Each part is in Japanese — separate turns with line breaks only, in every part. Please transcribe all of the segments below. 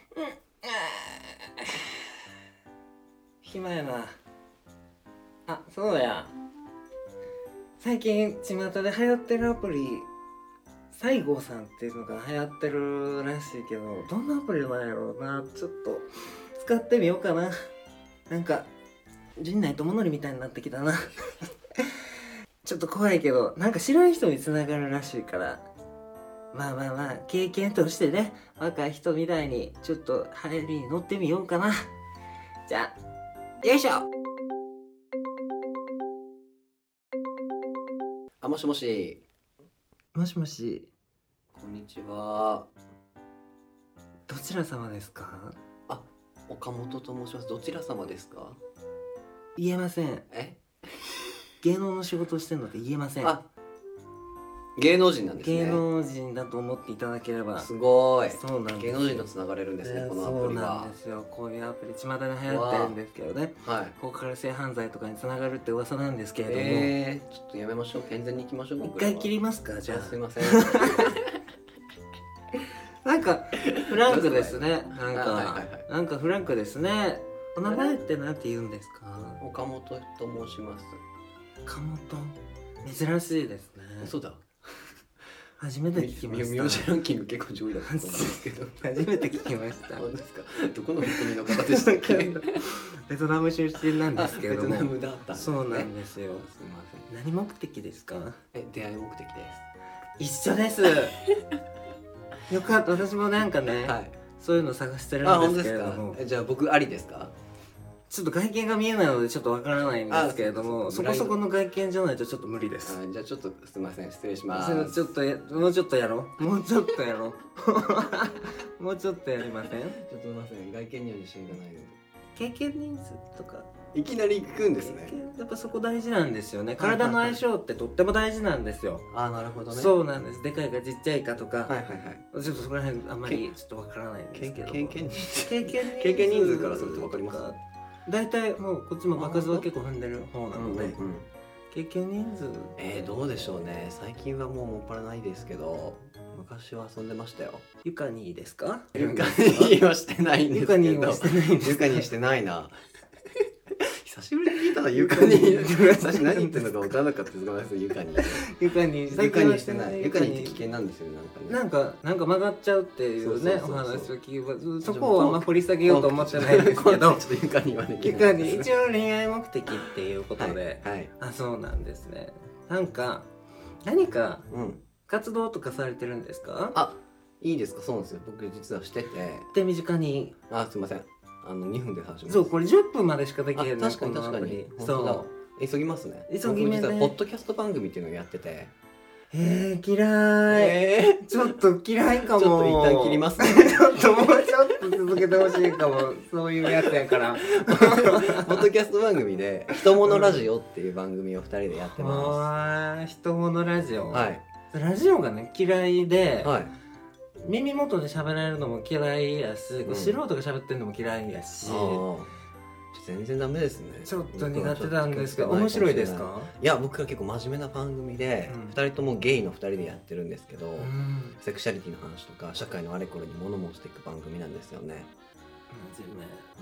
暇やなあそうや最近巷で流行ってるアプリ西郷さんっていうのが流行ってるらしいけどどんなアプリなんやろうなちょっと使ってみようかななんか陣内智則みたいになってきたな ちょっと怖いけどなんか知らん人につながるらしいからまあまあまあ経験としてね若い人みたいにちょっと流行りに乗ってみようかなじゃあよいしょ
あ、もしもし。
もしもし
こんにちは。
どちら様ですか
岡本と申します。どちら様ですか
言えません
え
芸能の仕事をしてるので言えません
あ、芸能人なんですね。
芸能人だと思っていただければ
すごい。
そうなんです
芸能人と繋がれるんですね、このアプリ
そうな
は
んで。すよこういうアプリ巷で流行ってるんですけどね
はい。
ここから性犯罪とかにつながるって噂なんですけれども、
えー、ちょっとやめましょう。健全に行きましょう。
一
僕らは
回切りますかじゃ
あすい
あ
ません。は
なんかフランクですねなんか、
いはいはい。
なんかフランクですねお名前ってなんて言うんですか
岡本と申します。
岡本珍しいですね
そうだ。
初めて聞きま
名字
し
ランキング結構上位だったと思うんですけど。
た初めて聞きました
そうですか。どこの国の方でしたっけ？
ベトナム出身なんですけれど
あベトナ
も
ムだったんですね。
そうなんですよ
すいませ
何
ん。
目的ですか
え出会い目的で
一緒です よかった私もなんかね、
す。はい。
そういうの探してる
あ
ん
本
で
当
すけ
です
れど
か
も。
えじゃあ僕ありですか？
ちょっと外見が見えないのでちょっとわからないんですけれども
あ
そ
そ
こ
うそう
そこの外見じゃないとちょっと無理です、
あじゃあちょっとすみません失礼しま
それ
す。
ちょっとやもうちょっとやろうもうちょっとやろう もうちょっとやりません
ちょっとすみません外見には自信がないので。
経験人数とか
いきなり行くんです
経
ね。
験やっぱそこ大事なんですよね
はいはいはい
体の相性ってとっても大事なんですよ
あなるほどね。
そうなんですでかいかちっちゃいかとか、
はいはいはい。
ちょっとそこら辺あんまりちょっとわからないんで
け
す
ん
けど
経験に
経験人数
経験人数からするとわかります
大体もうこっちも場数は結構踏んでる方なので、
うんうん
経験人数
えー、どうでしょうね最近はもうもっぱらないですけど昔は遊んでましたよ
ゆかにいいですか
床にはしてないんです
ゆ
け
か
ど
にはしてないんです
床
か
にしてないな久しぶりに聞いたら床に最初何言ってんのか分からなかったですごめんなさい床に
ゆかに
床にしてない床にって危
聞け
険なんですよねなんか
な
ね
んかなんか曲がっちゃうっていうね
そう
お
そうそう
話
そ
を聞けばそこをあんま掘り下げようと思ってないんですけ
今度
ど
はちょっと床にはでき
ゆ
ない
かに一応恋愛目的っていうことで、
はい、はい、
あそうなんですねなんか何か
うん
活動とかされてるんですか
あいいですかそうなんですよ僕実はしてて
って身近に
あすいませんあの2分で話します
そうこれ10分までしかでき
あ
ない
確かに
この
確か
アプ
に
リ
本当だ
そ
急ぎますね
急ぎ目ね
僕実はポッドキャスト番組っていうのをやってて
うえー、嫌い、
えー
ちょっと嫌い
ちょ
か
っ
も
と一旦切りますね
ちょっともうちょっと続けてほしいかもそういうやつやから
ポッドキャスト番組で「人物ラジオ」っていう番組を2人でやってま
あー人物ラジオ、
すはい
ラジオがね嫌いで、
はい
耳元で喋られるのも嫌いやし、こう
うん
素人が喋ってるのも嫌いやし
あー全然ダメですね
ちょっと苦手なんですけど
僕は
面
ちょっ
白
と聞
い
き
で
た
す
かもしれない
か
いや僕は結構真面目な番組で、
うん
2人ともゲイの2人でやってるんですけど、
うん
セクシャリティの話とか社会のあれこれに物申していく番組なんですよね
真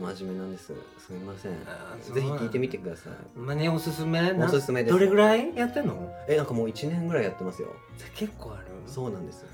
面目
真面目なんですすみませんぜ
あー
ひ聞いてみてください
ほんまにおすすめな
おすすめです
どれぐらいやってんの
えなんかもう1年ぐらいやってますよ
じゃあ結構ある
そうなんです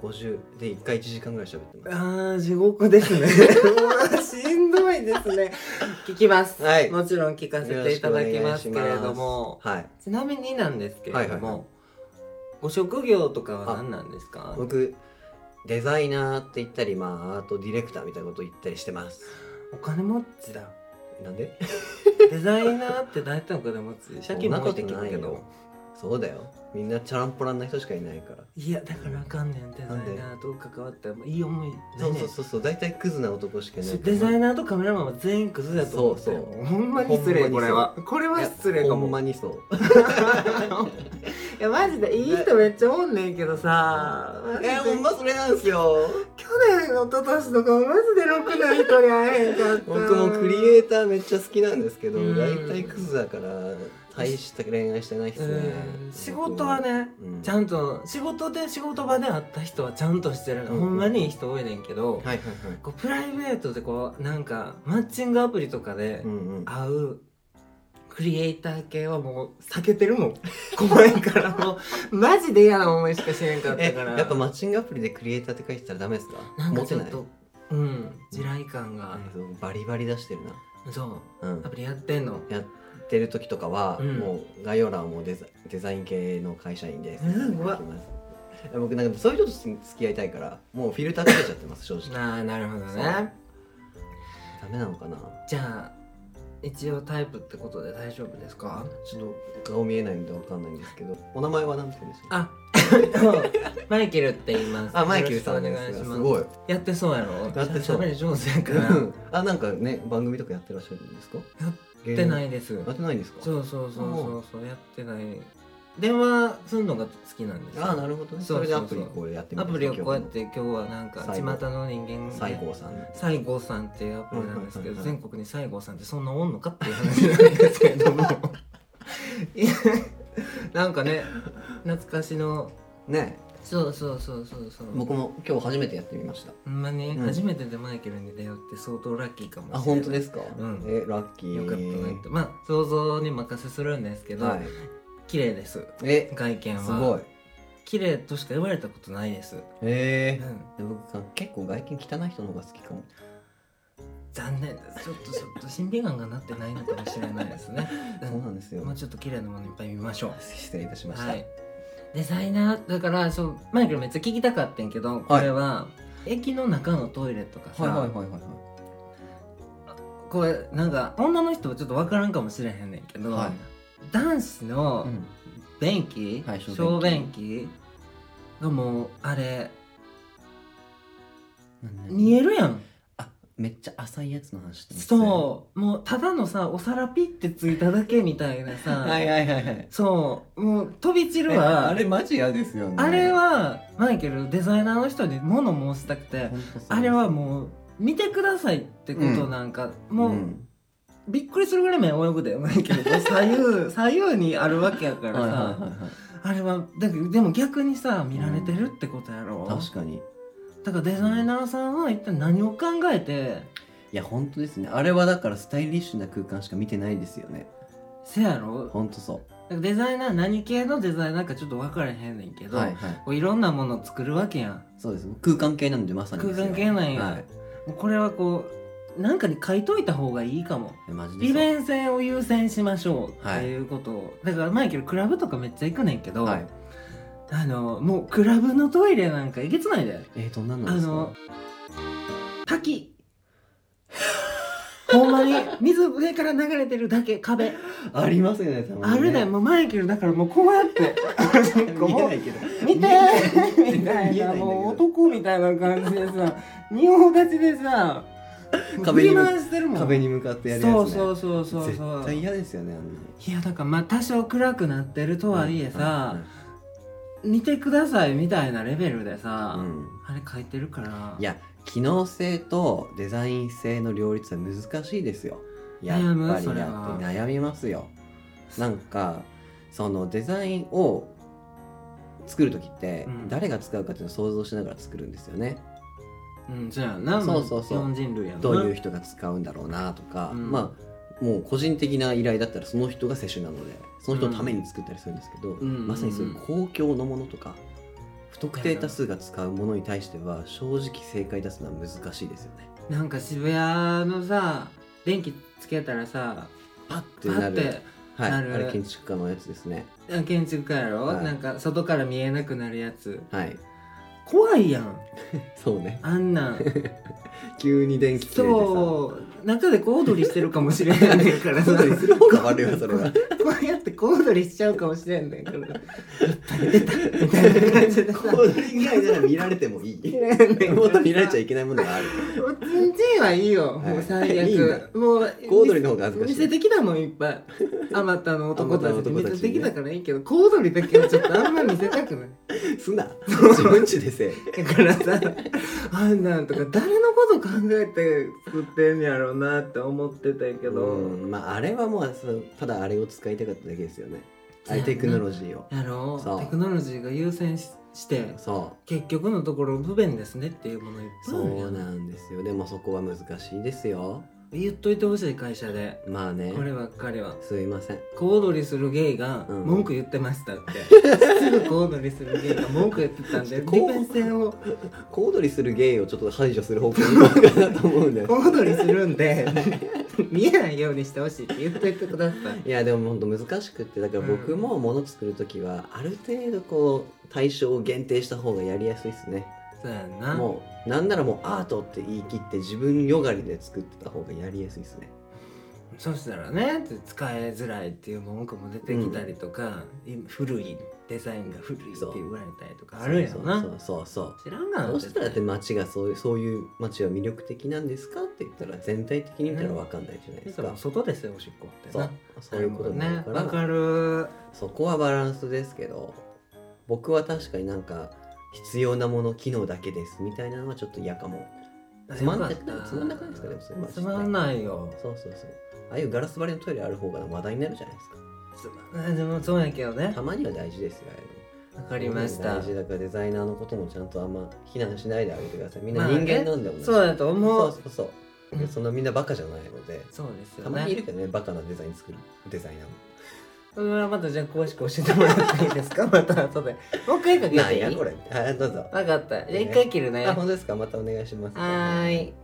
50で1回1時間ぐらい喋ってま
あー地獄ですねうわしんどいですね 聞きます、
はい
もちろん聞か
す
せ
よ
て
ろ
い
しく
た
お
だ
願い
き
しま
ますすけれども
はい
ちなみになんですけれども、
はいはいはい
ご職業とかは何なんですか
僕デザイナーって言ったりまあアートディレクターみたいなこと言ったりしてます
お金持ちだ
なんで
デザイナーって大体お金持ち借金も持ってきるけど
そうだよみんなチャランポランな人しかいないから
いやだからあかんねんデザイナーと関わったらもういい思いな
そ
いうね
そ
ん
うそうそう大体クズな男しかいな
そ
い
う
から
デザイナーとカメラマンは全員クズだと思って
そうそう
ほんまに失礼こ
ほんまに
れ
そう
はこれはい
や
失礼か
ほ
も
んまにそう
いやマジでいい人めっちゃおんねんけどさマジで
えほんまそれなんですよ
去年一昨年とかマジでろくな人に会えへんかった
僕もクリエイターめっちゃ好きなんですけど
うん
大体クズだから愛した恋愛してない人ね
うん仕事はね
うん
ちゃんと仕事で仕事場で会った人はちゃんとしてるの、
うん
ほんまにいい人多いねんけど、
はいはいはい
こうプライベートでこうなんかマッチングアプリとかで
うんうん
会うクリエイター系はもう避けてるもん 怖いからもうマジで嫌な思いしかしへんかった
え
から
やっぱマッチングアプリでクリエイターって書いてたらダメですか
なんか
モ
ち
テ
ょ
な
っ
い
とうん地雷感が、
うんバリバリ出してるな
そう
うん
アプリやってんの
やってる時とかは、
うん
もう概要欄はもうデザデザイン系の会社員です、
うんうわ
書きます僕なんかそういう人と付き合いたいからもうフィルターかけちゃってます正直
ああなるほど
そう
ね
ダメなのかな
じゃあ一応タイプってことで大丈夫です か
ちょっと顔見えないんでわかんないんですけどお名前は何て言うんでしょう
あマイケルって言います
あマイケルさん
よ
で
ろしくお願い
す
し
す
ます
ごい
やってそうやろ
やってそう
喋り上手やか
う
ら
ん あなんかね番組とかやってらっしゃるんですか
やってないいです
やってないんですか
そうそうそうそうそうやってない電話するのが好きなんですよ
あなるほどね
そうそうそう
それでアプリこうやってみ
ア
たん
プ
です
リ
よ
をこうやって今日はなんか
西
巷
郷
の人間
西郷さん
西郷さんっていうアプリなんですけ
うん
ど
はいは
全
いはい
国に西郷さんってそんなおんのかっていう話なんですけれど もいやなんかね懐かしの
ね
そうそうそうそうそう
僕も今日初めてやってみました
ほんまに
うん
初めてでマイケルに出会うって相当ラッキーかもしれな
あ
い
本当ですか、
うん
えラッキー
よかったなとまあ想像に任せするんですけど、
はい
綺麗です
え
外見は
すごい
綺麗としか言われたことないです、う
えー
ん、
で僕が結構外見汚い人の方が好きかも
残念ですちょっとちょっと審美眼がなってないのかもしれないですね、 う
そうなんですよ
ん、もうちょっと綺麗なものいっぱい見ましょう
失礼いたしました、
はいデザイナーだからそうマイケルめっちゃ聞きたかったんけどこれは、駅の中のトイレとかさ、
はいはいはいはい
これなんか女の人はちょっと分からんかもしれへんねんけど、
はい
男子の
うん
便器、
はい
小
小
便器
便
がもうあれ
何
見えるやん
あめっちゃ浅いやつの話してます
そうもうただのさお皿ピッてついただけみたいなさ
はいはいはいはい
そうもう飛び散る
え
わ
あれマジ嫌ですよね
あれはマイケルデザイナーの人に物申したくて
本当そう
あれはもう見てくださいってことなんか、もう、
ん
びっくりするぐらい目泳ぐだよマイケルこう左 右左右にあるわけやからさ、
はいはいはいはい
あれはだけどでも逆にさ見られてるってことやろ、
確かにい
だからデザイナーさんは一体何を考えて
や本当ですねあれはだからスタイリッシュな空間しか見てないですよね
せやろ
本当そ
デザイナー何系のデザイナーかちょっと分からへんねんけ
う
ど、
はいはい
こういろんなものを作るわけやん
そうです空間系なんでまさにですよ
空間系なんや
はい
もうこれはこうなんかに書いといた方がいいかも
えマジで
利
そう
便性を優先しましょうっ
はい
ていうことを、だからマイケルクラブとかめっちゃ行くねんけど、
はい
あのもうクラブのトイレなんかえげつないで
えー、どんなんな
あ
んですか
の滝 ほんまに水上から流れてるだけ壁
ありますよね、たま
あ
に
る
ね
ねもうマイケルだからもうこうやって
見えないけど。
見て
見えない
みたい
見え
な
ないんだけど
もう男みたいな感じでさ仁王立ちでさ
壁に
振
向
り回してるもん
壁に向かってやるやつ、
そ
ね。
うそうそうそうそ
絶
う
対
い
嫌ですよね、あんな。
やだからまあ多少暗くなってるとはいえさ、
う
見てくださいみたいなレベルで
ん
さ、
うんうん
あれ書いてるから
いや、機能性とデザイン性の両立は難しいですよ。やっぱ
悩む
り
それ
だ
は
って悩みますよ。なんか、そのデザインを作る時って、
うん
誰が使うかっていうのを想像しながら作るんですよね。
うんじゃあ何
そうそうそう
日本人類やんな
どういう人が使うんだろうなとか、
うん
まあもう個人的な依頼だったらその人が世主なのでその人のために作ったりするんですけど、
ん
まさにそういう公共のものとか不特定多数が使うものに対しては正直正解出すのは難しいですよね。
なんか渋谷のさ電気つけたらさ
パッて
パ
な
ッ
る
て
はい、
なる
あれ建築家のやつですね。
あ建築家やろ、
はい
なんか外から見えなくなるやつ
はい、
怖いやん
そうね
あん なん
急に電気切れてさ
そう中で小踊りしてるかもしれないねんからさ
外にする方が悪いわそ れは。
こうやって小躍りしちゃうかもしれんねんけどやっぱり出たみたいな感じでさ
コード以外なら見られてもいい。
見られない
もっと見られちゃいけないものがある。
おちんちんはいいよ、
はい
もう最悪
いいんだ
もう
小踊りの方が恥ずかし
見
い
せてきたもんいっぱいあまたの男たちって
あ
見
またの男たち
せてきたからいいけど小踊りだけはちょっとあんま見せたくない
すな自分ちでせ
だからさあんなんとか誰のこと考えて作ってんやろうなって思ってたんやけ
け
ど、
まああれはもうそうただあれを使いたかっただけですよねああいうテクノロジーを
やろ
そう
テクノロジーが優先しして
そ
結局のところ不便ですねっていうものいっ
う
ぱいある
そ
や
うんなんですよでもそこは難しいですよ
言っといてほしい会社で
まあね
こればっかりは
すいません
小踊りするゲイが
うん
文句言ってましたって、 すぐ小踊りするゲイが文句言ってたんで
こう
利便性を
小踊りするゲイをちょっと排除する方向に行こうかなと 思うんだよ
小踊りするん で見えないようにしてほしいって言っといてください
いやでも本当難しくってだから僕も物作る時はある程度こう対象を限定した方がやりやすいですね
そうやんな
もうなんならもうアートって言い切って自分よがりで作ってた方がやりやすいですね
そしたらね使いづらいっていう文句も出てきたりとか、今古いデザインが古いって言われたりとかあるやろな
そうそうそう
知らんが
そう
な
どうしたらだって街がそういうそういう街は魅力的なんですかって言ったら全体的に見たら分かんないじゃないです
そ
か、
う外ですよおしっこって
そう
な
そういうことにな
ね
るから
わかる
そこはバランスですけど僕は確かになんか必要なもの機能だけですみたいなのはちょっと嫌かもつまんなくないつまんなくないですかでもそれマジで
つまんないよ
そうそうそうああいうガラス張りのトイレある方が話題になるじゃないですか
つまんないでもそうやけどね
たまには大事ですよああいうの
わかりました
大事だからデザイナーのこともちゃんとあんま非難しないであげてくださいみん
ま
な
あね
人間なんだもん、
そうだと思う
そうそうそうでそんなみんなバカじゃないので
そうです
た
よ
まにい
ね
るけどねバカなデザイン作るデザイナーも
それはまたじゃあ詳しく教えてもらっていいですかまた後でもう一回かけ
な
て
ん
いい
やこれはいどうぞ
分かったじゃあ
ね
一回切るね
あ本当ですかまたお願いします
はーい